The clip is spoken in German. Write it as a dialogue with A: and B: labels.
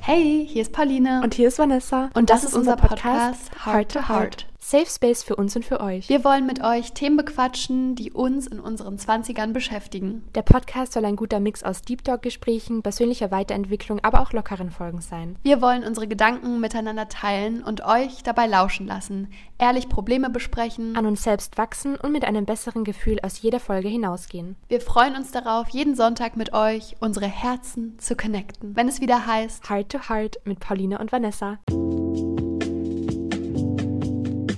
A: Hey, hier ist Pauline.
B: Und hier ist Vanessa.
A: Und das, das ist unser Podcast, Podcast Heart to Heart.
B: Safe Space für uns und für euch.
A: Wir wollen mit euch Themen bequatschen, die uns in unseren Zwanzigern beschäftigen.
B: Der Podcast soll ein guter Mix aus Deep Talk-Gesprächen, persönlicher Weiterentwicklung, aber auch lockeren Folgen sein.
A: Wir wollen unsere Gedanken miteinander teilen und euch dabei lauschen lassen, ehrlich Probleme besprechen,
B: an uns selbst wachsen und mit einem besseren Gefühl aus jeder Folge hinausgehen.
A: Wir freuen uns darauf, jeden Sonntag mit euch unsere Herzen zu connecten. Wenn es wieder heißt
B: Heart to Heart mit Pauline und Vanessa.